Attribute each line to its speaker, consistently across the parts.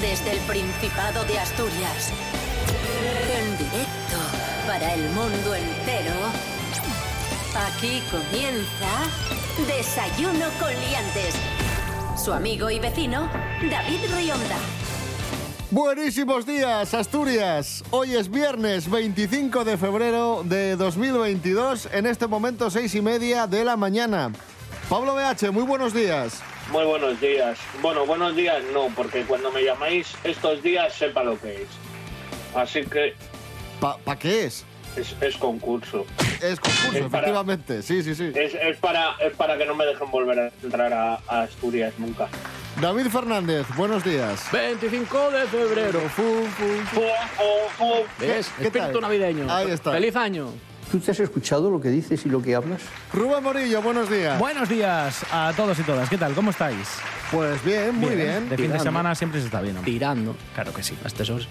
Speaker 1: Desde el Principado de Asturias. En directo para el mundo entero. Aquí comienza Desayuno con Liantes. Su amigo y vecino, David Rionda.
Speaker 2: Buenísimos días, Asturias. Hoy es viernes 25 de febrero de 2022, en este momento seis y media de la mañana. Pablo BH, muy buenos días.
Speaker 3: Muy buenos días. Bueno, buenos días no, porque cuando me llamáis estos días sepa lo que es. Así que
Speaker 2: ¿Para qué es?
Speaker 3: es, es concurso.
Speaker 2: Es concurso,
Speaker 3: Es para-
Speaker 2: efectivamente. Sí, sí, sí.
Speaker 3: Es, es para, es para que no me dejen volver a entrar a, a Asturias nunca.
Speaker 2: David Fernández, buenos días.
Speaker 4: 25 de febrero.
Speaker 2: Fum, fum.
Speaker 3: Fu- fu- fu-
Speaker 4: ¿Ves?
Speaker 2: ¿Qué
Speaker 4: Espíritu
Speaker 2: tal?
Speaker 4: navideño.
Speaker 2: Ahí está.
Speaker 4: Feliz año.
Speaker 5: ¿Tú te has escuchado lo que dices y lo que hablas?
Speaker 2: Rubén Morillo, buenos días.
Speaker 6: Buenos días a todos y todas. ¿Qué tal? ¿Cómo estáis?
Speaker 2: Pues bien, muy bien.
Speaker 6: De fin de
Speaker 4: tirando.
Speaker 6: semana siempre se está bien. hombre.
Speaker 4: Tirando.
Speaker 6: Claro que sí.
Speaker 4: Las tesoras.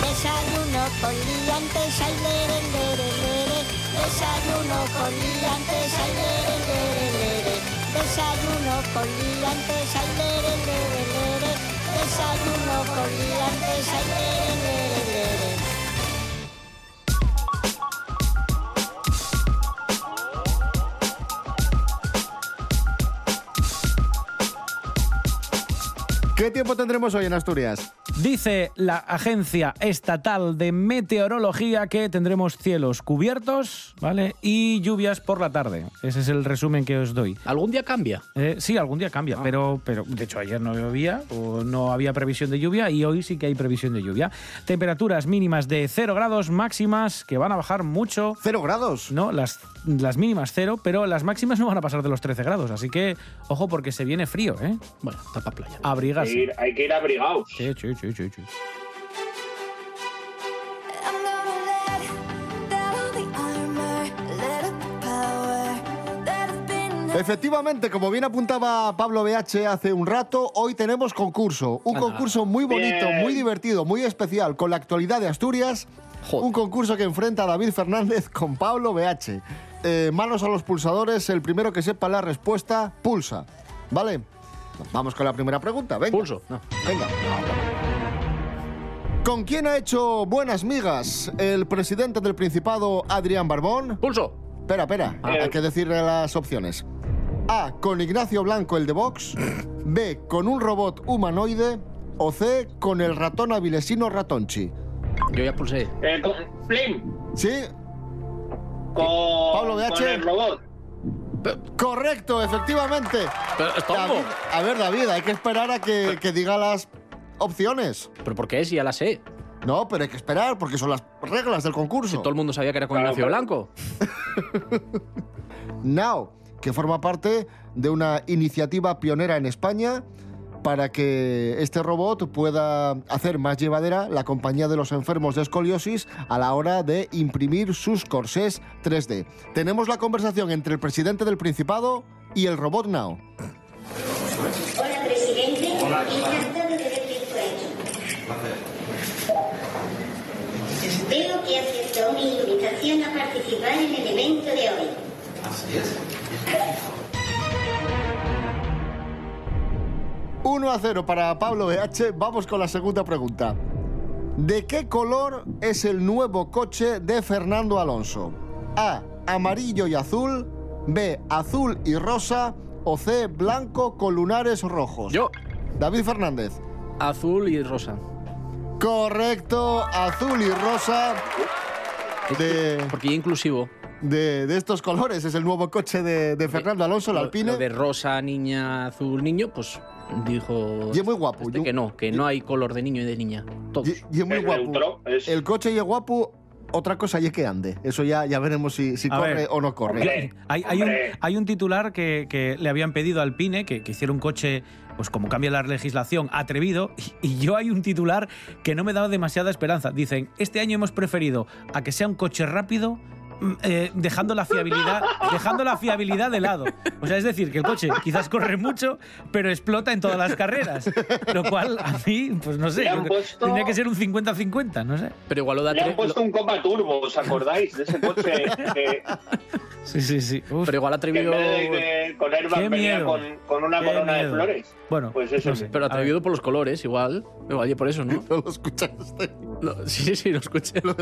Speaker 7: Desayuno con liantes, ay, lere, lere, lere. Desayuno con liantes, ay, lere, lere, lere. Desayuno con liantes, ay, lere, lere, lere. Desayuno con liantes, ay, lere, lere, lere.
Speaker 2: ¿Qué tiempo tendremos hoy en Asturias?
Speaker 6: Dice la Agencia Estatal de Meteorología que tendremos cielos cubiertos, ¿vale? Y lluvias por la tarde. Ese es el resumen que os doy.
Speaker 4: ¿Algún día cambia?
Speaker 6: Eh, sí, algún día cambia, pero, pero de hecho ayer no llovía o no había previsión de lluvia y hoy sí que hay previsión de lluvia. Temperaturas mínimas de 0 grados, máximas que van a bajar mucho.
Speaker 2: Cero grados.
Speaker 6: No, las, las mínimas cero, pero las máximas no van a pasar de los 13 grados. Así que, ojo, porque se viene frío, ¿eh?
Speaker 4: Bueno, tapa playa.
Speaker 3: Hay que
Speaker 6: Abrigarse.
Speaker 3: ir, hay que ir abrigados.
Speaker 6: Ah, Sí, sí, sí, sí, sí.
Speaker 8: I'm gonna let down the armor, let up the power that I've been
Speaker 2: Efectivamente, como bien apuntaba Pablo BH hace un rato, hoy tenemos concurso.
Speaker 4: Ah.
Speaker 2: Un concurso muy bonito,
Speaker 3: Bien.
Speaker 2: muy divertido, muy especial, con la actualidad de Asturias.
Speaker 4: Joder.
Speaker 2: Un concurso que enfrenta a David Fernández con Pablo BH. Eh, manos a los pulsadores, el primero que sepa la respuesta, pulsa. ¿Vale? Vamos con la primera pregunta, venga.
Speaker 4: Pulso. No.
Speaker 2: Venga. ¿Con quién ha hecho buenas migas el presidente del Principado, Adrián Barbón?
Speaker 4: Pulso.
Speaker 2: Espera, espera.
Speaker 3: Eh.
Speaker 2: Hay que decirle las opciones. A. Con Ignacio Blanco, el de Vox. B. Con un robot humanoide. O C. Con el ratón avilesino Ratonchi.
Speaker 4: Yo ya pulsé.
Speaker 3: Eh, con, Flim,
Speaker 2: ¿Sí?
Speaker 3: con,
Speaker 2: Pablo BH.
Speaker 3: con el robot.
Speaker 2: Correcto, efectivamente.
Speaker 4: Pero eh,
Speaker 2: David-
Speaker 4: estombo.
Speaker 2: a ver, David, hay que esperar a que, que diga las opciones.
Speaker 4: ¿Pero por qué? Si ya la sé.
Speaker 2: No, pero hay que esperar porque son las reglas del concurso.
Speaker 4: Todo el mundo sabía que era con
Speaker 3: Claro,
Speaker 4: Ignacio
Speaker 3: claro.
Speaker 4: Blanco.
Speaker 2: Now, que forma parte de una iniciativa pionera en España para que este robot pueda hacer más llevadera la compañía de los enfermos de escoliosis a la hora de imprimir sus corsés 3D. Tenemos la conversación entre el presidente del Principado y el robot Now.
Speaker 9: Hola, presidente. Encantado de verle por aquí. Veo que aceptó mi invitación a participar en el evento de hoy.
Speaker 5: Así es.
Speaker 2: 1 a 0 para Pablo BH. Vamos con la segunda pregunta. ¿De qué color es el nuevo coche de Fernando Alonso? A. Amarillo y azul. B. Azul y rosa. O C. Blanco con lunares rojos.
Speaker 4: Yo.
Speaker 2: David Fernández.
Speaker 4: Azul y rosa.
Speaker 2: Correcto. Azul y rosa. De,
Speaker 4: Porque ya inclusivo.
Speaker 2: de- de estos colores es el nuevo coche de, de Fernando Alonso, el
Speaker 4: Lo-
Speaker 2: Alpine.
Speaker 4: lo de rosa, niña, azul, niño, pues dijo.
Speaker 2: Y es muy guapo.
Speaker 4: este
Speaker 2: Y-
Speaker 4: que no, que no hay color de niño y de niña. Todos.
Speaker 2: Y, y es muy
Speaker 3: Es
Speaker 2: guapo.
Speaker 3: neutro, es-
Speaker 2: El coche y es guapo, otra cosa y es que ande. Eso ya, ya veremos si, si
Speaker 6: A
Speaker 2: corre
Speaker 6: ver.
Speaker 2: o no corre.
Speaker 3: Hombre,
Speaker 6: Hay, hay un,
Speaker 3: hombre.
Speaker 6: hay un titular que, que le habían pedido al PINE que, que hiciera un coche, pues como cambia la legislación, atrevido. Y, y yo hay un titular que no me da demasiada esperanza. Dicen, este año hemos preferido a que sea un coche rápido. mm, eh, dejando la fiabilidad dejando la fiabilidad de lado o sea es decir que el coche quizás corre mucho pero explota en todas las carreras lo cual a mí pues no sé
Speaker 3: Le han
Speaker 6: yo creo-
Speaker 3: puesto-
Speaker 6: tendría que ser un 50-50 no sé
Speaker 4: Pero igual lo da
Speaker 3: Le
Speaker 4: tres-
Speaker 3: han puesto
Speaker 4: lo-
Speaker 3: un coma turbo, ¿os acordáis? De ese coche que,
Speaker 6: Sí, sí, sí. Uf.
Speaker 4: Pero igual atrevido.
Speaker 3: Que en vez de que con
Speaker 6: Qué
Speaker 3: Airbag venía
Speaker 6: miedo.
Speaker 3: con, con una
Speaker 6: Qué
Speaker 3: corona de
Speaker 6: miedo.
Speaker 3: flores.
Speaker 6: Bueno,
Speaker 3: pues eso
Speaker 6: no
Speaker 3: sí.
Speaker 6: sé.
Speaker 4: Pero
Speaker 6: A ver.
Speaker 4: atrevido por los colores, igual. Me valía por eso, ¿no?
Speaker 2: No lo este. escuchaste.
Speaker 4: No, sí, sí, lo escuché. Lo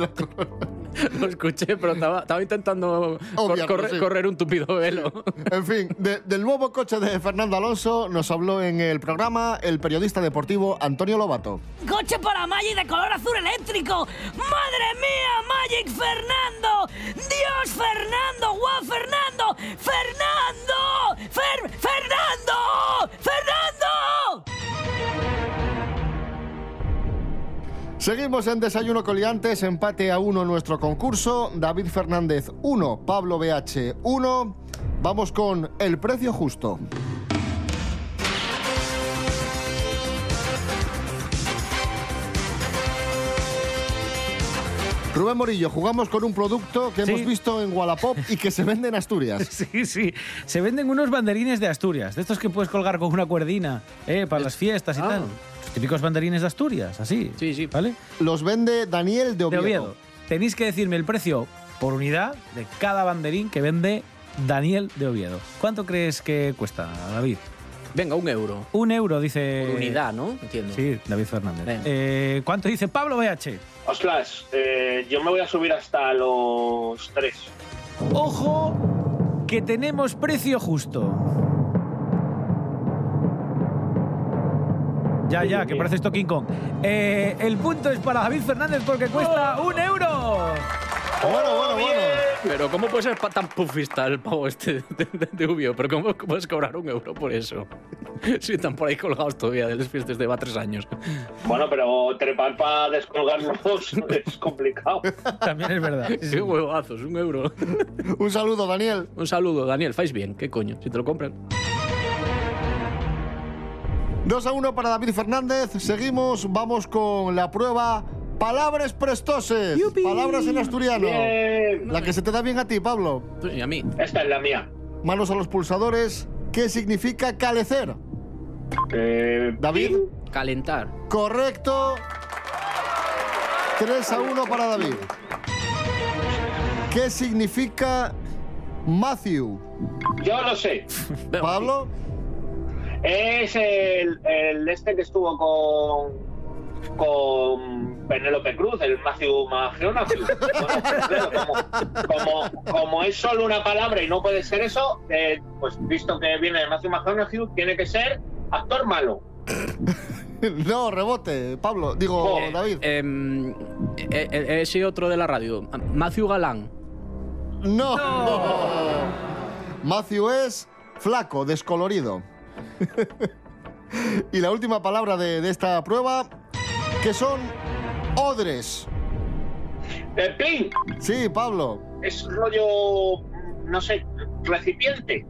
Speaker 4: escuché, pero estaba, estaba intentando cor-
Speaker 2: Obviarlo,
Speaker 4: correr,
Speaker 2: sí.
Speaker 4: correr un tupido velo.
Speaker 2: En fin, de- del nuevo coche de Fernando Alonso nos habló en el programa el periodista deportivo Antonio Lobato.
Speaker 10: Coche para Magic de color azul eléctrico. ¡Madre mía, Magic Fernando! ¡Dios, Fernando! ¡Guau, Fernando! ¡Fernando! ¡Fer- ¡Fernando! ¡Fernando!
Speaker 2: Seguimos en Desayuno Coliantes, empate a uno nuestro concurso. David Fernández 1, Pablo BH 1. Vamos con el precio justo. Rubén Morillo, jugamos con un producto que
Speaker 6: Sí.
Speaker 2: hemos visto en Wallapop y que se vende en Asturias.
Speaker 6: Sí, sí. Se venden unos banderines de Asturias, de estos que puedes colgar con una cuerdina eh, para las fiestas y
Speaker 4: Ah.
Speaker 6: tal. Los típicos banderines de Asturias, así.
Speaker 4: Sí, sí.
Speaker 6: ¿Vale?
Speaker 2: Los vende Daniel de
Speaker 6: De
Speaker 2: Oviedo.
Speaker 6: Oviedo. Tenéis que decirme el precio por unidad de cada banderín que vende Daniel de Oviedo. ¿Cuánto crees que cuesta, David?
Speaker 4: Venga, un euro.
Speaker 6: Un euro, dice.
Speaker 4: Por unidad, ¿no? Entiendo.
Speaker 6: Sí, David Fernández.
Speaker 4: Venga.
Speaker 6: Eh, ¿Cuánto dice Pablo BH?
Speaker 3: Ostras, eh, yo me voy a subir hasta los tres.
Speaker 6: Ojo, que tenemos precio justo. Ya, ya, que parece esto King Kong. Eh, el punto es para David Fernández porque cuesta un euro.
Speaker 2: Bueno, bueno, bueno.
Speaker 4: Pero ¿cómo puede ser pa- tan pufista el pavo este de, de, de Ubio? ¿Pero cómo puedes cobrar un euro por eso? Si están por ahí colgados todavía de las fiestas de va tres años.
Speaker 3: Bueno, pero trepar para descolgarlos es complicado.
Speaker 6: También es verdad.
Speaker 4: Qué huevazos, un euro.
Speaker 2: Un saludo, Daniel.
Speaker 4: Un saludo, Daniel. Fais bien, qué coño, si te lo compran.
Speaker 2: 2 a 1 para David Fernández. Seguimos, vamos con la prueba Palabras Prestoses. Palabras en asturiano.
Speaker 3: Bien.
Speaker 2: La que se te da bien a ti, Pablo.
Speaker 4: Tú Y a mí.
Speaker 3: Eh, Esta es la mía.
Speaker 2: Manos a los pulsadores. ¿Qué significa calecer?
Speaker 3: Eh,
Speaker 2: David.
Speaker 4: Calentar.
Speaker 2: Correcto. 3 a 1 para David. ¿Qué significa Matthew?
Speaker 3: Yo lo sé.
Speaker 4: Venga,
Speaker 2: Pablo.
Speaker 3: Es el, el este que estuvo con con Penélope Cruz, el Matthew McConaughey. Bueno, pues claro, como, como, como es solo una palabra y no puede ser eso, eh, pues visto que viene de Matthew McConaughey, tiene que ser actor malo.
Speaker 2: No, rebote. Pablo, digo,
Speaker 3: Joder,
Speaker 2: David.
Speaker 4: em, e- e- ese otro de la radio. Matthew Galán.
Speaker 2: No. Matthew es flaco, descolorido. y la última palabra de, de esta prueba, que son odres.
Speaker 3: Eh, Plin,
Speaker 2: Sí, Pablo.
Speaker 3: es rollo, no sé, recipiente.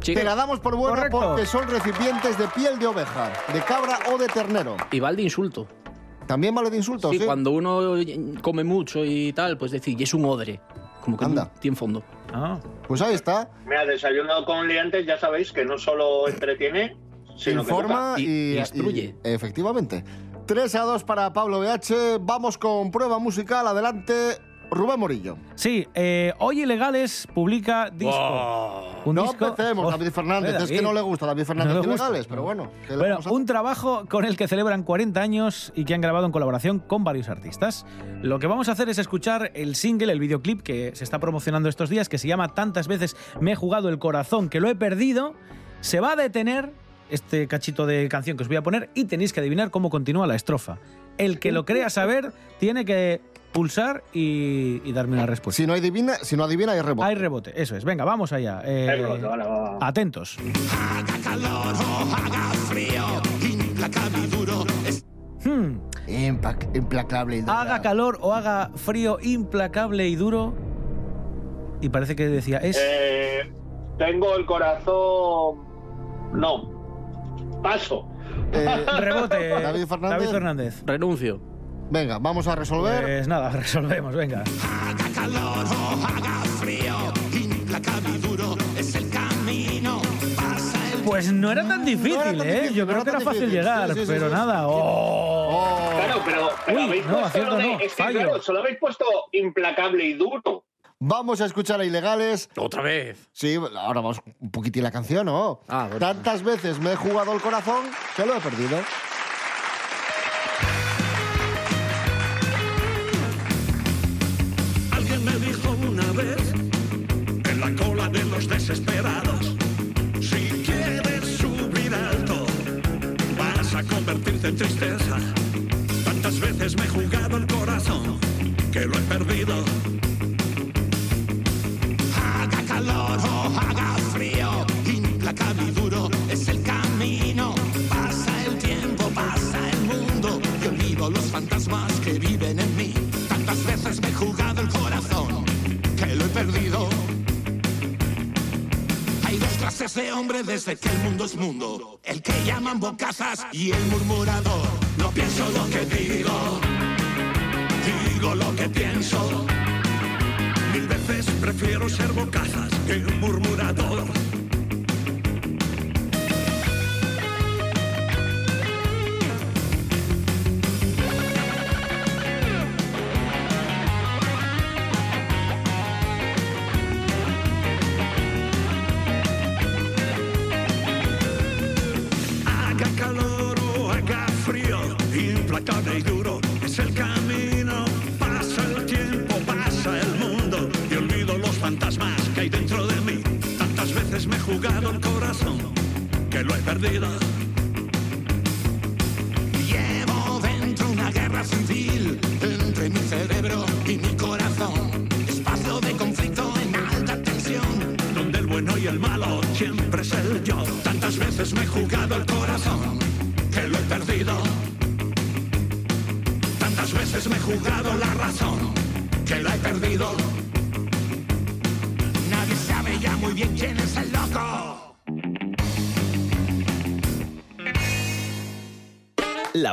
Speaker 4: Chica,
Speaker 2: Te la damos por buena
Speaker 6: Correcto.
Speaker 2: porque son recipientes de piel de oveja, de cabra o de ternero.
Speaker 4: Y va el de insulto.
Speaker 2: También vale de insultos,
Speaker 4: Sí,
Speaker 2: sí.
Speaker 4: cuando uno come mucho y tal, pues decir, y es un odre. Como que
Speaker 2: Anda.
Speaker 4: tiene fondo.
Speaker 6: Ah,
Speaker 2: Pues ahí está.
Speaker 3: Mira, desayunado con liantes, ya sabéis que no solo entretiene, sino
Speaker 2: Informa
Speaker 4: toca.
Speaker 2: y,
Speaker 4: Y- y instruye.
Speaker 2: efectivamente. 3 a 2 para Pablo BH. Vamos con prueba musical. Adelante, Rubén Morillo.
Speaker 6: sí, eh, Hoy Ilegales publica disco. Un
Speaker 2: No
Speaker 6: disco-
Speaker 2: empecemos,
Speaker 6: Oh,
Speaker 2: David Fernández.
Speaker 6: eh,
Speaker 2: Es que
Speaker 6: David.
Speaker 2: no le gusta David Fernández
Speaker 6: No le
Speaker 2: tiene
Speaker 6: gusta.
Speaker 2: Gales, pero bueno. ¿qué le
Speaker 6: Bueno,
Speaker 2: vamos a hacer?
Speaker 6: un trabajo con el que celebran 40 años y que han grabado en colaboración con varios artistas. Lo que vamos a hacer es escuchar el single, el videoclip que se está promocionando estos días, que se llama Tantas veces me he jugado el corazón que lo he perdido. Se va a detener este cachito de canción que os voy a poner y tenéis que adivinar cómo continúa la estrofa. El que lo crea saber tiene que pulsar y, y darme una respuesta.
Speaker 2: Si no adivina, si no adivina hay rebote.
Speaker 6: Hay rebote, eso es. Venga, vamos allá. Eh, ah,
Speaker 3: que toca. Vale, vale, vale.
Speaker 6: atentos. Hmm.
Speaker 2: Impac- implacable. y dorado.
Speaker 6: Haga calor o haga frío implacable y duro. Y parece que decía, es.
Speaker 3: Eh, tengo el corazón. No. Paso.
Speaker 2: Eh,
Speaker 6: Rebote.
Speaker 2: David Fernández.
Speaker 6: David Fernández.
Speaker 4: Renuncio.
Speaker 2: venga, vamos a resolver.
Speaker 6: Pues nada, resolvemos, venga. Pues no era tan difícil,
Speaker 2: No era tan
Speaker 6: ¿eh?
Speaker 2: difícil,
Speaker 6: Yo
Speaker 2: no
Speaker 6: creo
Speaker 2: era
Speaker 6: que era
Speaker 2: tan
Speaker 6: fácil
Speaker 2: difícil.
Speaker 6: llegar,
Speaker 2: Sí, sí, sí,
Speaker 6: pero
Speaker 2: sí.
Speaker 6: nada. ¡Oh!
Speaker 2: Oh,
Speaker 3: Claro, pero, pero
Speaker 6: Uy,
Speaker 3: habéis
Speaker 6: no,
Speaker 3: puesto lo
Speaker 6: acierto
Speaker 3: de-
Speaker 6: no,
Speaker 3: es que,
Speaker 6: fallo.
Speaker 3: claro, solo habéis puesto implacable y duro.
Speaker 2: Vamos a escuchar a Ilegales.
Speaker 4: Otra vez.
Speaker 2: Sí, ahora vamos un poquitín la canción, ¿no?
Speaker 4: Ah, bueno.
Speaker 2: Tantas veces me he jugado el corazón que lo he perdido.
Speaker 11: Alguien me dijo una vez, en la cola de los desesperados, si quieres subir alto, vas a convertirte en tristeza. Tantas veces me he jugado el corazón que lo he perdido. Haga calor o haga frío, implacable y duro es el camino. Pasa el tiempo, pasa el mundo, yo olvido los fantasmas que viven en mí. Tantas veces me he jugado el corazón que lo he perdido. Hay dos clases de hombre desde que el mundo es mundo. El que llaman bocazas y el murmurador. No pienso lo que digo, digo lo que pienso. Mil veces prefiero ser bocazas que un murmurador. Haga calor o haga frío, implacable y duro es el camino. Pasa el tiempo, pasa el mundo y olvido los fantasmas que hay dentro de mí. Tantas veces me he jugado el corazón que lo he perdido. Llevo dentro una guerra civil entre mi cerebro y mi corazón. Espacio de conflicto en alta tensión, donde el bueno y el malo siempre es el yo. Tantas veces me he jugado el corazón que lo he perdido. Tantas veces me he jugado la razón que la he perdido. Nadie sabe ya muy bien quién es el loco.
Speaker 6: La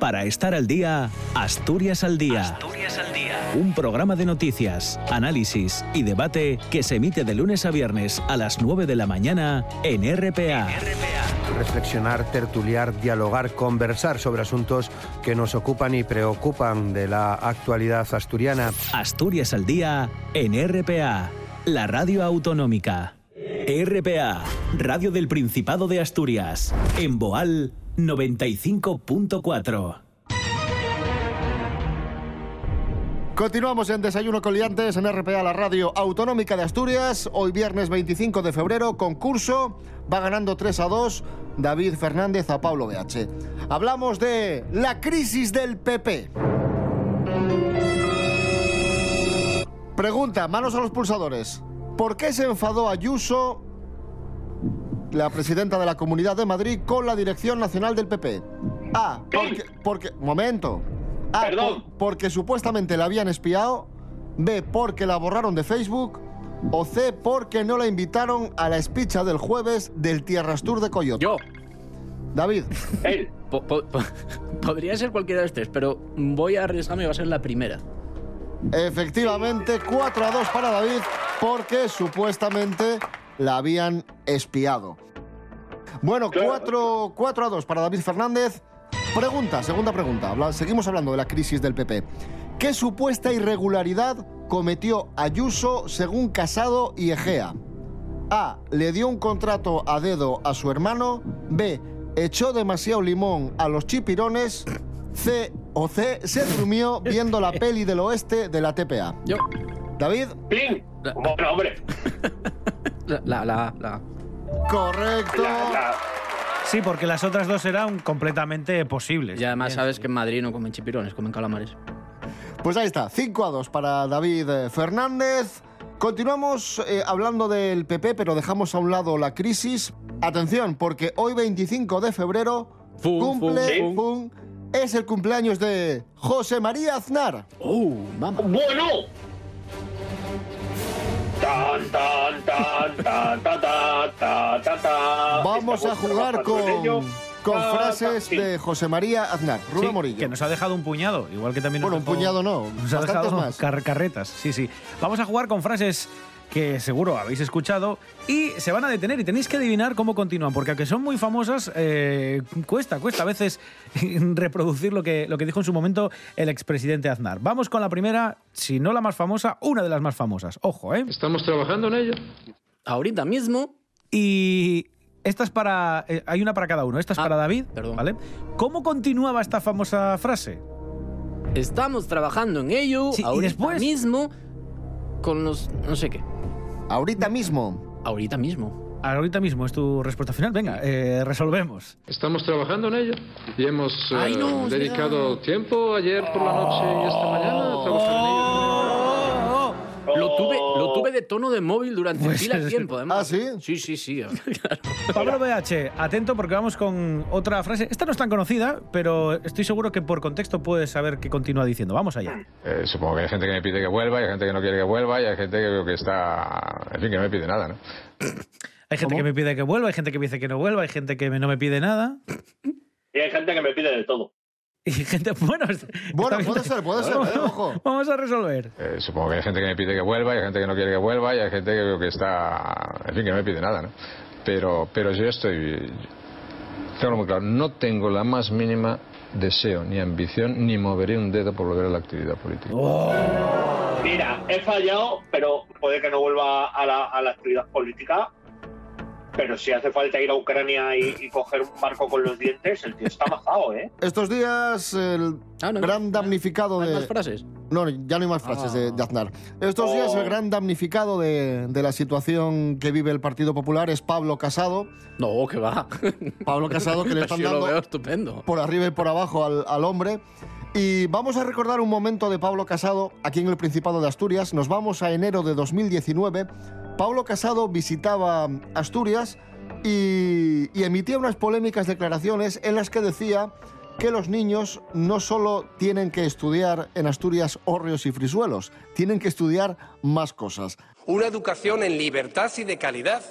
Speaker 6: Para estar al día, Asturias al día.
Speaker 11: Asturias al día.
Speaker 6: Un programa de noticias, análisis y debate que se emite de lunes a viernes a las 9 de la mañana en RPA.
Speaker 12: Reflexionar, tertuliar, dialogar, conversar sobre asuntos que nos ocupan y preocupan de la actualidad asturiana.
Speaker 6: Asturias al día en RPA, la radio autonómica. RPA, Radio del Principado de Asturias, en Boal 95.4.
Speaker 2: Continuamos en Desayuno con Liantes en RPA, la radio autonómica de Asturias. Hoy viernes 25 de febrero, concurso. Va ganando 3 a 2 David Fernández a Pablo BH. Hablamos de la crisis del PP. Pregunta, manos a los pulsadores. ¿Por qué se enfadó Ayuso, la presidenta de la Comunidad de Madrid, con la dirección nacional del PP? A, porque... porque momento. A,
Speaker 3: Perdón.
Speaker 2: por- porque supuestamente la habían espiado. B, porque la borraron de Facebook. O C, porque no la invitaron a la espicha del jueves del Tierras Tour de Coyote.
Speaker 4: Yo.
Speaker 2: David.
Speaker 4: Po- po- po- podría ser cualquiera de estos, pero voy a arriesgarme y va a ser la primera.
Speaker 2: Efectivamente, 4 a 2 para David porque supuestamente la habían espiado. Bueno, 4, 4 a 2 para David Fernández. Pregunta, segunda pregunta. Habla- seguimos hablando de la crisis del PP. ¿Qué supuesta irregularidad cometió Ayuso según Casado y Egea? A. Le dio un contrato a dedo a su hermano. B. Echó demasiado limón a los chipirones. C. O C. Se durmió viendo la peli del oeste de la TPA.
Speaker 4: Yo.
Speaker 2: David.
Speaker 3: Bueno, hombre.
Speaker 4: La, la, la, la.
Speaker 2: Correcto.
Speaker 13: Sí, porque las otras dos eran completamente posibles.
Speaker 4: Y además sabes que en Madrid no comen chipirones, comen calamares.
Speaker 2: Pues ahí está, 5 a 2 para David eh, Fernández. Continuamos eh, hablando del PP, pero dejamos a un lado la crisis. Atención, porque hoy 25 de febrero
Speaker 4: Fum, fum,
Speaker 2: Cumple,
Speaker 4: fum.
Speaker 2: fum. Es el cumpleaños de José María Aznar.
Speaker 4: ¡Oh, mamá!
Speaker 3: ¡Bueno! Tan, tan, tan, tan, ta, ta, ta, ta, ta.
Speaker 2: Vamos a
Speaker 3: Estamos
Speaker 2: jugar
Speaker 3: trabajando
Speaker 2: con,
Speaker 3: en ello.
Speaker 2: con
Speaker 3: Ta, ta,
Speaker 2: frases
Speaker 3: Ah, sí.
Speaker 2: de José María Aznar. Rubén
Speaker 6: Sí,
Speaker 2: Morillo.
Speaker 6: Que nos ha dejado un puñado, igual que también nos
Speaker 2: Bueno, un
Speaker 6: dejó-
Speaker 2: puñado no,
Speaker 6: Nos ha
Speaker 2: bastantes
Speaker 6: dejado
Speaker 2: más.
Speaker 6: car- carretas, sí, sí. Vamos a jugar con frases que seguro habéis escuchado y se van a detener y tenéis que adivinar cómo continúan, porque aunque son muy famosas, eh, cuesta, cuesta a veces reproducir lo que, lo que dijo en su momento el expresidente Aznar. Vamos con la primera, si no la más famosa, una de las más famosas. Ojo, ¿eh?
Speaker 4: Estamos trabajando en ello. Ahorita mismo.
Speaker 6: Y esta es para... eh, hay una para cada uno. Esta es para David, ¿vale? ¿Cómo continuaba esta famosa frase?
Speaker 4: Estamos trabajando en ello.
Speaker 6: Sí, y
Speaker 4: ahorita
Speaker 6: después-
Speaker 4: mismo. Con los. No sé qué.
Speaker 2: Ahorita mismo.
Speaker 4: Ahorita mismo.
Speaker 6: Ahorita mismo es tu respuesta final. Venga, eh, resolvemos.
Speaker 14: Estamos trabajando en ello y hemos eh,
Speaker 6: Ay, no, es
Speaker 14: dedicado tiempo ayer por la noche y esta mañana a trabajar en ello.
Speaker 4: Oh. Lo, tuve, lo tuve de tono de móvil durante
Speaker 6: Pues-
Speaker 4: pila de tiempo, además. ¿Ah, sí? Sí, sí, sí.
Speaker 6: Pablo BH, atento porque vamos con otra frase. Esta no es tan conocida, pero estoy seguro que por contexto puedes saber qué continúa diciendo. Vamos allá.
Speaker 15: Eh, supongo que hay gente que me pide que vuelva, y hay gente que no quiere que vuelva, y hay gente que, que está. En fin, que no me pide nada, ¿no?
Speaker 6: Hay gente que me pide que vuelva, hay gente que me dice que no vuelva, hay gente que me- no me pide nada.
Speaker 3: Y hay gente que me pide de todo.
Speaker 6: Y gente, bueno, está-
Speaker 2: Bueno,
Speaker 6: está
Speaker 2: puede
Speaker 6: bien.
Speaker 2: ser, puede ser, eh, ojo.
Speaker 6: Vamos a resolver.
Speaker 15: Eh, supongo que hay gente que me pide que vuelva, y hay gente que no quiere que vuelva, y hay gente que, que está. En fin, que no me pide nada, ¿no? Pero, pero yo estoy. Tengo muy claro, no tengo la más mínima deseo, ni ambición, ni moveré un dedo por volver a la actividad política.
Speaker 3: Mira, he fallado, pero puede que no vuelva a la, a la actividad política. Pero si hace falta ir a Ucrania y, y coger un barco con los dientes, el tío está majado, ¿eh?
Speaker 2: Estos días, el gran damnificado de.
Speaker 3: más frases?
Speaker 2: No, ya no hay más frases de, de Aznar. Estos días, el gran damnificado de, de la situación que vive el Partido Popular es Pablo Casado.
Speaker 4: No, que va.
Speaker 2: Pablo Casado, que le están
Speaker 4: Yo
Speaker 2: dando
Speaker 4: lo veo estupendo.
Speaker 2: por arriba y por abajo al, al hombre. Y vamos a recordar un momento de Pablo Casado aquí en el Principado de Asturias. Nos vamos a enero de 2019. Pablo Casado visitaba Asturias y, y emitía unas polémicas declaraciones en las que decía que los niños no solo tienen que estudiar en Asturias hórreos y frisuelos, tienen que estudiar más cosas.
Speaker 16: Una educación en libertad y de calidad,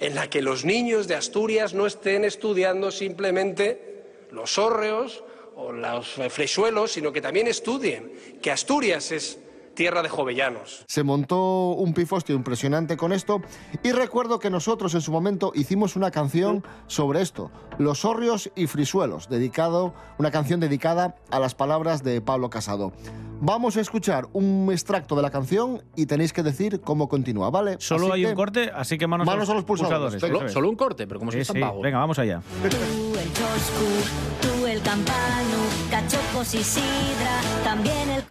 Speaker 16: en la que los niños de Asturias no estén estudiando simplemente los hórreos o los eh, frisuelos, sino que también estudien que Asturias es tierra de jovellanos.
Speaker 2: Se montó un pifostio impresionante con esto y recuerdo que nosotros en su momento hicimos una canción sobre esto, Los hórreos y frisuelos, dedicado, una canción dedicada a las palabras de Pablo Casado. Vamos a escuchar un extracto de la canción y tenéis que decir cómo continúa, ¿vale?
Speaker 6: Solo
Speaker 2: Así
Speaker 6: hay
Speaker 2: que-
Speaker 6: un corte, así que manos,
Speaker 2: Manos a los pulsadores. Solo- solo
Speaker 4: un corte, pero como
Speaker 6: si
Speaker 4: sois tan vagos.
Speaker 6: Venga, vamos allá.
Speaker 1: Tú el choscu, tú el campano, cachopos y sidra, también el...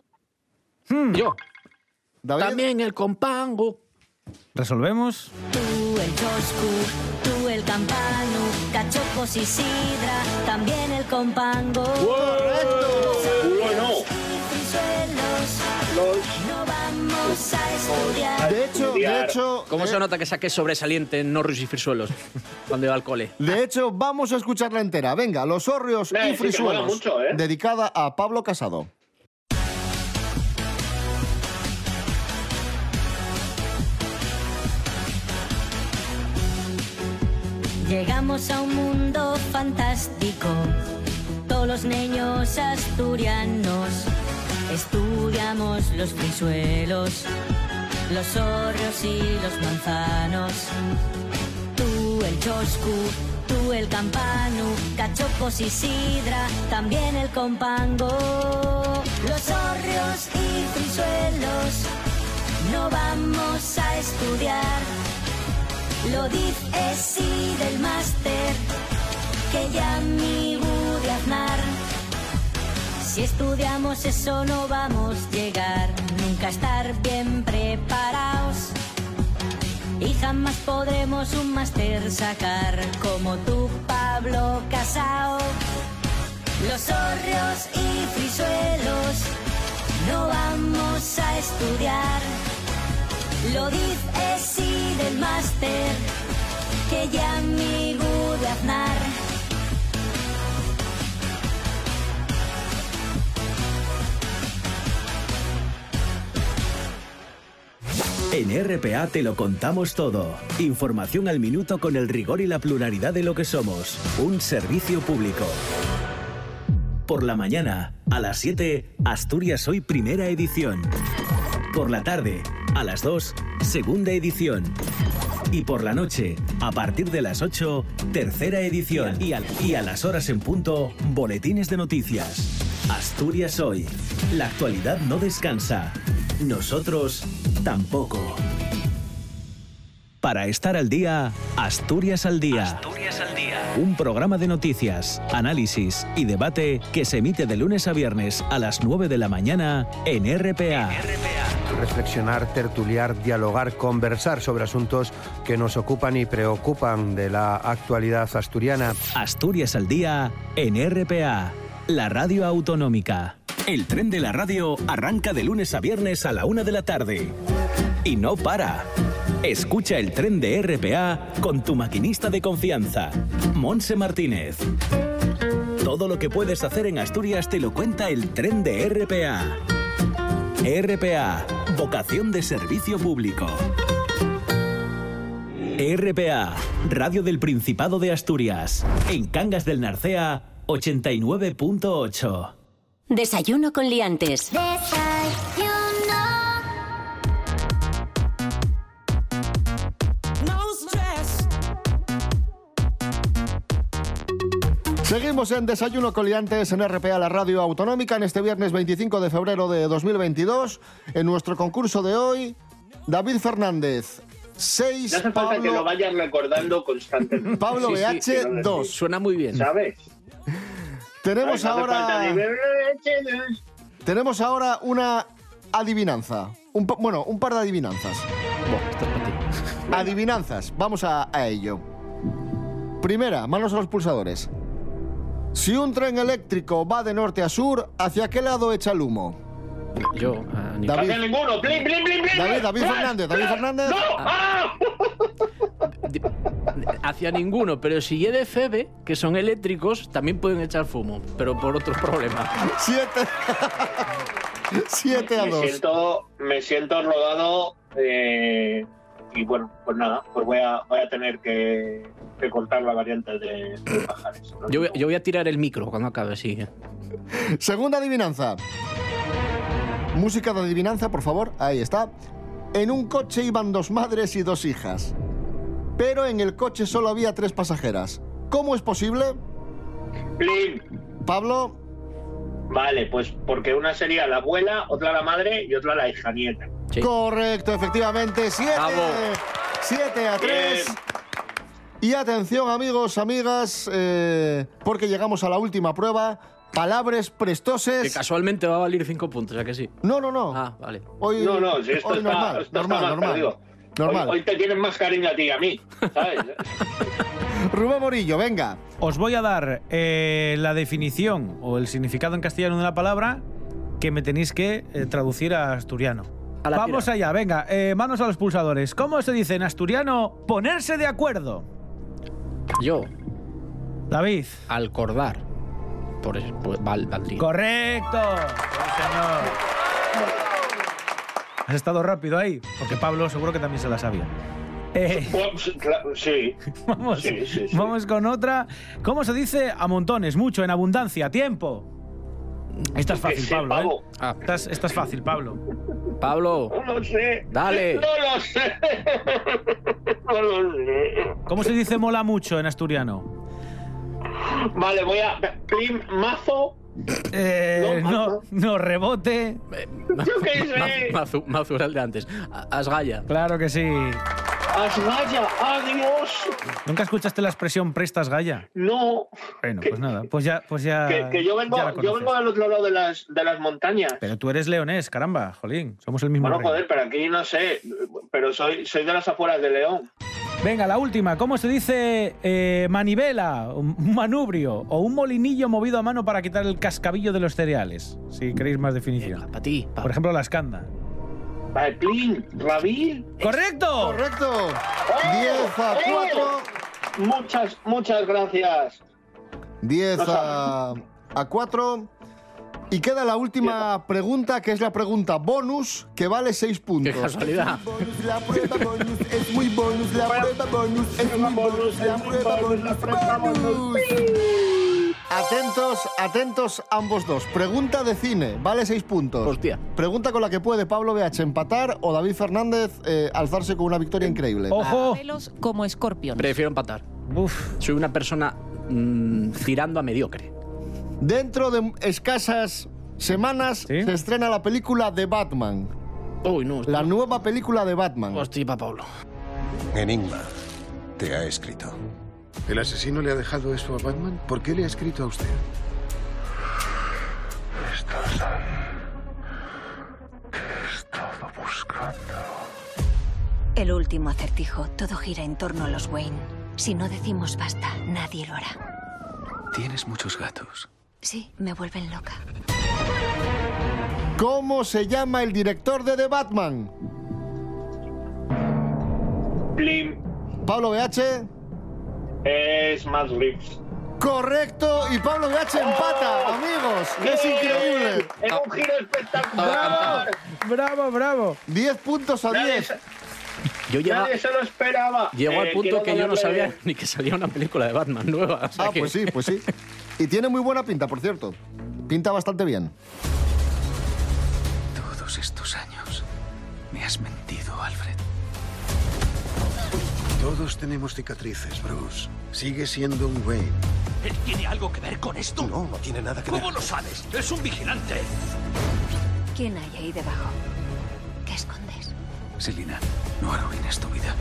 Speaker 4: Yo. También el compango.
Speaker 6: Resolvemos.
Speaker 1: Tú el choscu, tú el campano, cachopos y sidra, también el compango.
Speaker 3: Bueno.
Speaker 1: No vamos a estudiar.
Speaker 4: ¿Cómo se nota que saqué sobresaliente en Norris y Frisuelos cuando iba al cole?
Speaker 2: De hecho, vamos a escucharla entera. Venga, Los hórreos
Speaker 4: Eh, sí,
Speaker 2: y
Speaker 4: que mola
Speaker 2: frisuelos,
Speaker 4: mucho, ¿eh?
Speaker 2: dedicada a Pablo Casado.
Speaker 1: Llegamos a un mundo fantástico, todos los niños asturianos. Estudiamos los frisuelos, los hórreos y los manzanos. Tú el choscu, tú el campano, cachopos y sidra, también el compango. Los hórreos y frisuelos, no vamos a estudiar. Lo es y del máster, que ya mi de Aznar. Si estudiamos eso no vamos a llegar, nunca estar bien preparados. Y jamás podremos un máster sacar como tú, Pablo Casao. Los hórreos y frisuelos no vamos a estudiar. Lo dices y del máster, que ya mi de Aznar.
Speaker 17: En RPA te lo contamos todo. Información al minuto con el rigor y la pluralidad de lo que somos. Un servicio público. Por la mañana, a las 7, Asturias Hoy Primera Edición. Por la tarde, a las 2, Segunda Edición. Y por la noche, a partir de las 8, Tercera Edición. Y a, y a las horas en punto, Boletines de Noticias. Asturias Hoy. La actualidad no descansa. Nosotros tampoco. Para estar al día, Asturias al día. Un programa de noticias, análisis y debate que se emite de lunes a viernes a las 9 de la mañana en RPA.
Speaker 12: Reflexionar, tertuliar, dialogar, conversar sobre asuntos que nos ocupan y preocupan de la actualidad asturiana.
Speaker 17: Asturias al día en RPA, la radio autonómica. El tren de la radio arranca de lunes a viernes a la una de la tarde. Y no para. Escucha el tren de RPA con tu maquinista de confianza, Monse Martínez. Todo lo que puedes hacer en Asturias te lo cuenta el tren de RPA. RPA, vocación de servicio público. RPA, Radio del Principado de Asturias, en Cangas del Narcea, 89.8.
Speaker 1: Desayuno con liantes.
Speaker 8: No stress.
Speaker 2: Seguimos en Desayuno Coliantes en RPA, la radio autonómica, en este viernes 25 de febrero de 2022. En nuestro concurso de hoy, David Fernández, 6
Speaker 3: No hace falta
Speaker 2: Pablo,
Speaker 3: que lo vayas recordando constantemente.
Speaker 2: Pablo BH2.
Speaker 4: Suena muy bien.
Speaker 3: ¿Sabes?
Speaker 2: Tenemos
Speaker 3: No hace falta
Speaker 2: ahora...
Speaker 3: ni ver-
Speaker 2: Tenemos ahora una adivinanza. Un pa- bueno, un par de adivinanzas. Adivinanzas, vamos a, a ello. Primera, manos a los pulsadores. Si un tren eléctrico va de norte a sur, ¿hacia qué lado echa el humo?
Speaker 4: Yo, a Nicolás.
Speaker 2: David.
Speaker 3: Hacia ninguno. Blin, blin, blin, blin.
Speaker 2: David, David
Speaker 3: Blas,
Speaker 2: Fernández, David
Speaker 3: blas.
Speaker 2: Fernández.
Speaker 3: ¡Eh! ¡No! ¡Ah!
Speaker 4: hacia ninguno, pero si EDFB, que son eléctricos, también pueden echar fumo, pero por otros problemas.
Speaker 2: Siete. Siete a
Speaker 3: me
Speaker 2: dos.
Speaker 3: Siento, me siento rodado eh, y bueno, pues nada, pues voy a, voy a tener que, que cortar la variante de, de pajares. ¿no?
Speaker 4: Yo, voy- yo voy a tirar el micro cuando acabe, sí.
Speaker 2: Segunda adivinanza. Música de adivinanza, por favor. Ahí está. En un coche iban dos madres y dos hijas. Pero en el coche solo había tres pasajeras. ¿Cómo es posible?
Speaker 3: Blin.
Speaker 2: Pablo.
Speaker 3: Vale, pues porque una sería la abuela, otra la madre y otra la hija nieta.
Speaker 2: Correcto, efectivamente. Siete.
Speaker 3: Bravo.
Speaker 2: Siete a tres. Y atención, amigos, amigas, eh, porque llegamos a la última prueba. Palabras prestoses.
Speaker 4: Que casualmente va a valer cinco puntos, ¿a que sí?
Speaker 2: No, no, no.
Speaker 4: Ah, vale.
Speaker 2: Hoy,
Speaker 3: No, no, si esto
Speaker 2: hoy
Speaker 3: está,
Speaker 2: normal,
Speaker 3: esto está
Speaker 2: normal,
Speaker 3: más
Speaker 2: normal.
Speaker 3: perdido.
Speaker 2: normal.
Speaker 3: Hoy, hoy te tienen más cariño a ti y a mí, ¿sabes?
Speaker 2: Rubén Morillo, venga.
Speaker 6: Os voy a dar eh, la definición o el significado en castellano de una palabra que me tenéis que eh, traducir a asturiano.
Speaker 4: A la
Speaker 6: Vamos allá, venga, eh, manos a los pulsadores. ¿Cómo se dice en asturiano ponerse de acuerdo?
Speaker 4: Yo,
Speaker 6: David.
Speaker 4: al cordar. Por eso, pues, val- valdría.
Speaker 6: Correcto. Sí, señor. Has estado rápido ahí, porque Pablo seguro que también se la sabía. Eh,
Speaker 3: Pues, claro, sí.
Speaker 6: vamos,
Speaker 3: Sí, sí, sí.
Speaker 6: vamos con otra. ¿Cómo se dice a montones, mucho, en abundancia, tiempo? Esta es fácil,
Speaker 3: Sí,
Speaker 6: Pablo.
Speaker 3: pavo.
Speaker 6: ¿eh? Esta, es, esta es fácil, Pablo.
Speaker 4: Pablo,
Speaker 3: No lo sé.
Speaker 4: Dale.
Speaker 3: No lo sé. No lo sé.
Speaker 6: ¿Cómo se dice mola mucho en asturiano?
Speaker 3: Vale, voy a. Plim, mazo.
Speaker 6: Eh, no,
Speaker 3: mazo.
Speaker 6: no, rebote.
Speaker 3: Yo qué
Speaker 4: ma-
Speaker 3: sé.
Speaker 4: mazu- mazu era el de antes. A- Asgaya.
Speaker 6: Claro que sí.
Speaker 3: Asgaya, adiós.
Speaker 6: ¿Nunca escuchaste la expresión prestas galla?
Speaker 3: No.
Speaker 6: Bueno, pues nada, pues ya. Pues ya
Speaker 3: Que, que yo, vengo,
Speaker 6: ya la
Speaker 3: yo
Speaker 6: conoces.
Speaker 3: vengo del otro lado de las, de las montañas.
Speaker 6: Pero tú eres leonés, caramba, jolín. Somos el mismo.
Speaker 3: Bueno,
Speaker 6: rey.
Speaker 3: joder, pero aquí no sé. Pero soy, soy de las afueras de León.
Speaker 6: Venga, la última. ¿Cómo se dice eh, manivela, un manubrio o un molinillo movido a mano para quitar el cascabillo de los cereales? Si queréis más definición.
Speaker 4: Para ti. pa-
Speaker 6: Por ejemplo, la escanda.
Speaker 3: Vale, Plim, Rabil. Oh.
Speaker 6: ¡Correcto!
Speaker 2: Correcto. 10 a
Speaker 3: ¡Eh!
Speaker 2: 4.
Speaker 3: Muchas, muchas gracias.
Speaker 2: 10
Speaker 3: No
Speaker 2: a, a 4. Y queda la última pregunta, que es la pregunta bonus, que vale 6 puntos.
Speaker 4: Qué casualidad.
Speaker 2: La prueba bonus es muy bonus, la prueba bonus es muy bonus, la prueba bonus, la prueba bonus. Atentos, atentos ambos dos. Pregunta de cine, vale 6 puntos.
Speaker 4: Hostia.
Speaker 2: Pregunta con la que puede Pablo BH empatar o David Fernández eh, alzarse con una victoria increíble.
Speaker 18: Pelos como escorpión.
Speaker 4: Prefiero empatar. Soy una persona mm, tirando a mediocre.
Speaker 2: Dentro de escasas semanas se estrena la película de Batman.
Speaker 4: Uy, no.
Speaker 2: La nueva película de Batman.
Speaker 4: Hostia, Pablo.
Speaker 19: Enigma te ha escrito. ¿El asesino le ha dejado eso a Batman? ¿Por qué le ha escrito a usted?
Speaker 11: Estos han estado buscando.
Speaker 20: El último acertijo, todo gira en torno a los Wayne. Si no decimos basta, nadie lo hará.
Speaker 19: Tienes muchos gatos.
Speaker 20: Sí, me vuelven loca.
Speaker 2: ¿Cómo se llama el director de The Batman?
Speaker 3: Plim.
Speaker 2: Pablo BH.
Speaker 3: Es Matt Reeves.
Speaker 2: Correcto, y Pablo BH empata, amigos. Es increíble.
Speaker 3: Es un giro espectacular.
Speaker 2: Bravo, bravo. 10 puntos a 10.
Speaker 4: Yo lleva,
Speaker 3: Nadie se lo esperaba.
Speaker 4: llegó al
Speaker 3: Eh,
Speaker 4: punto
Speaker 3: quiero
Speaker 4: que yo no
Speaker 3: darle-
Speaker 4: sabía ni que salía una película de Batman nueva. o sea
Speaker 2: Ah,
Speaker 4: que-
Speaker 2: pues sí, pues sí. Y tiene muy buena pinta, por cierto. Pinta bastante bien.
Speaker 4: Pues
Speaker 19: Todos estos años me has mentido, Alfred. Todos tenemos cicatrices, Bruce. Sigue siendo un Wayne.
Speaker 21: ¿Él tiene algo que ver con esto?
Speaker 19: No, no tiene nada que ver.
Speaker 21: ¿Cómo lo sabes? Es un vigilante.
Speaker 20: ¿Quién hay ahí debajo? ¿Qué escondes?
Speaker 19: Selina, no arruines tu vida.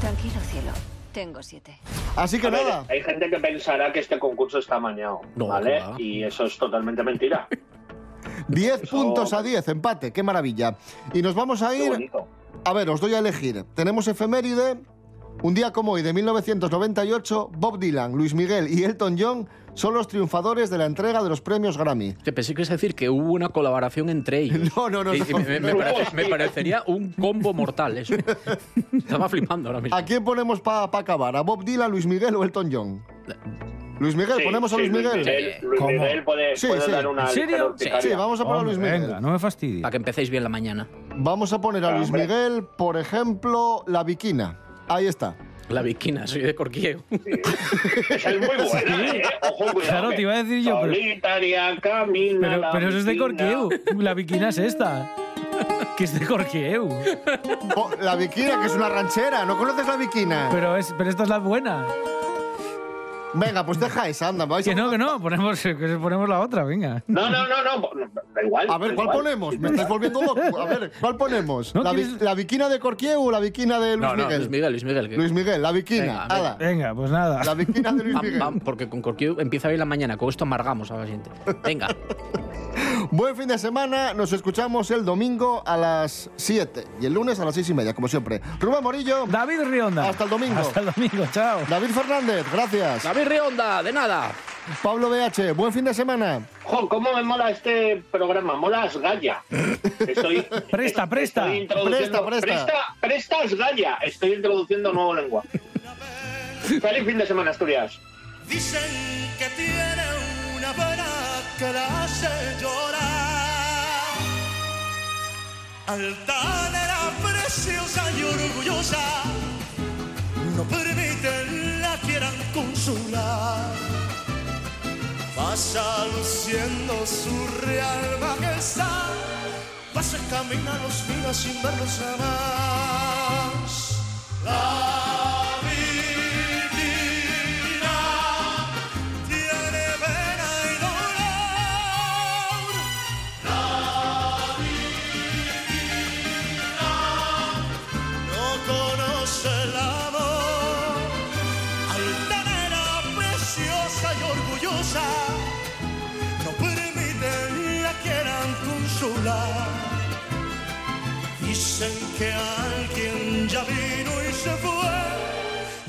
Speaker 20: Tranquilo, cielo. Tengo siete.
Speaker 2: Así que
Speaker 3: nada. Hay gente que pensará que este concurso está amañado,
Speaker 2: No,
Speaker 3: ¿vale?
Speaker 2: que va.
Speaker 3: Y eso es totalmente mentira.
Speaker 2: 10 puntos a 10, empate, qué maravilla. Y nos vamos a ir... A ver, os doy a elegir. Tenemos efeméride. Un día como hoy, de 1998, Bob Dylan, Luis Miguel y Elton John son los triunfadores de la entrega de los premios Grammy.
Speaker 4: Que pensé que ibas a decir que hubo una colaboración entre ellos.
Speaker 2: No, no, no,
Speaker 4: Y- y
Speaker 2: no.
Speaker 4: me, me- me parece- me parecería un combo mortal eso. Estaba flipando ahora mismo.
Speaker 2: ¿A quién ponemos para acabar? ¿A Bob Dylan, Luis Miguel o Elton John? Luis Miguel,
Speaker 3: Sí,
Speaker 2: ponemos a
Speaker 3: sí,
Speaker 2: Luis Miguel.
Speaker 3: Luis
Speaker 2: ¿Cómo?
Speaker 3: Miguel puede,
Speaker 2: Sí,
Speaker 3: puede
Speaker 2: sí.
Speaker 3: dar una
Speaker 2: ¿En serio?
Speaker 3: ligera
Speaker 2: Sí,
Speaker 3: urticaria.
Speaker 2: sí, vamos a poner a Luis Miguel.
Speaker 4: no me fastidies. Para que empecéis bien la mañana.
Speaker 2: Vamos a poner a Luis Miguel, por ejemplo, la Viquina. Ahí está.
Speaker 4: La viquina, soy de Corquiego.
Speaker 3: Esa es muy buena, ¿eh? Ojo, cuidado.
Speaker 6: Claro,
Speaker 3: que
Speaker 6: te iba a decir yo, pero-
Speaker 3: Solitaria camina
Speaker 6: Pero,
Speaker 3: la
Speaker 6: pero eso es de
Speaker 3: vecina.
Speaker 6: Corqueu. La viquina es esta. Que es de Corqueu.
Speaker 2: Po- Oh, La Viquina, que es una ranchera. ¿No conoces la Viquina?
Speaker 6: Pero, es, pero esta es la buena.
Speaker 2: Venga, pues deja esa, anda. Vais
Speaker 6: que no, que no. Ponemos, que ponemos la otra, venga.
Speaker 3: No, no, no, no, da igual.
Speaker 2: A ver,
Speaker 3: da
Speaker 2: ¿cuál
Speaker 3: igual.
Speaker 2: ponemos? Me estáis volviendo loco. A ver, ¿cuál ponemos?
Speaker 6: No,
Speaker 2: ¿La, vi-
Speaker 6: ¿quieres-
Speaker 2: la Viquina de Corquieu o la Viquina de Luis
Speaker 4: No, no,
Speaker 2: Miguel?
Speaker 4: Luis Miguel, Luis Miguel. que-
Speaker 2: Luis Miguel, la
Speaker 4: Venga,
Speaker 2: Viquina.
Speaker 4: venga.
Speaker 2: Ala.
Speaker 6: Venga, pues nada.
Speaker 2: La Viquina de Luis
Speaker 4: Pam,
Speaker 2: Miguel.
Speaker 4: pam, porque con Corquiego empieza bien la mañana. Con esto amargamos a la gente. Venga.
Speaker 2: Buen fin de semana. Nos escuchamos el domingo a las 7 y el lunes a las 6 y media, como siempre. Rubén Morillo.
Speaker 6: David Rionda.
Speaker 2: Hasta el domingo.
Speaker 6: Hasta el domingo, chao.
Speaker 2: David Fernández, gracias.
Speaker 4: David Rionda, de nada.
Speaker 2: Pablo BH, buen fin de semana.
Speaker 3: Jo, ¿Cómo me mola este programa? Molas Gaya. Estoy,
Speaker 6: Presta, presta.
Speaker 3: estoy introduciendo-
Speaker 2: Presta, presta.
Speaker 3: presta. Prestas Gaya. Estoy introduciendo nuevo lengua. Feliz fin de semana, Asturias.
Speaker 11: Dicen que tiene una vena que la hace llorar. Altanera, preciosa y orgullosa, no permiten la quieran consolar. Pasa luciendo su real majestad, pasa camina los finos sin verlos jamás. La Virginia tiene pena y dolor. La divina no conoce el amor. Altanera, preciosa y orgullosa, no permiten la quieran consolar. Dicen que alguien ya vino y se fue.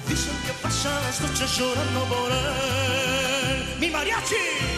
Speaker 11: Dicen que pasan las noches llorando por él. ¡Mi mariachi!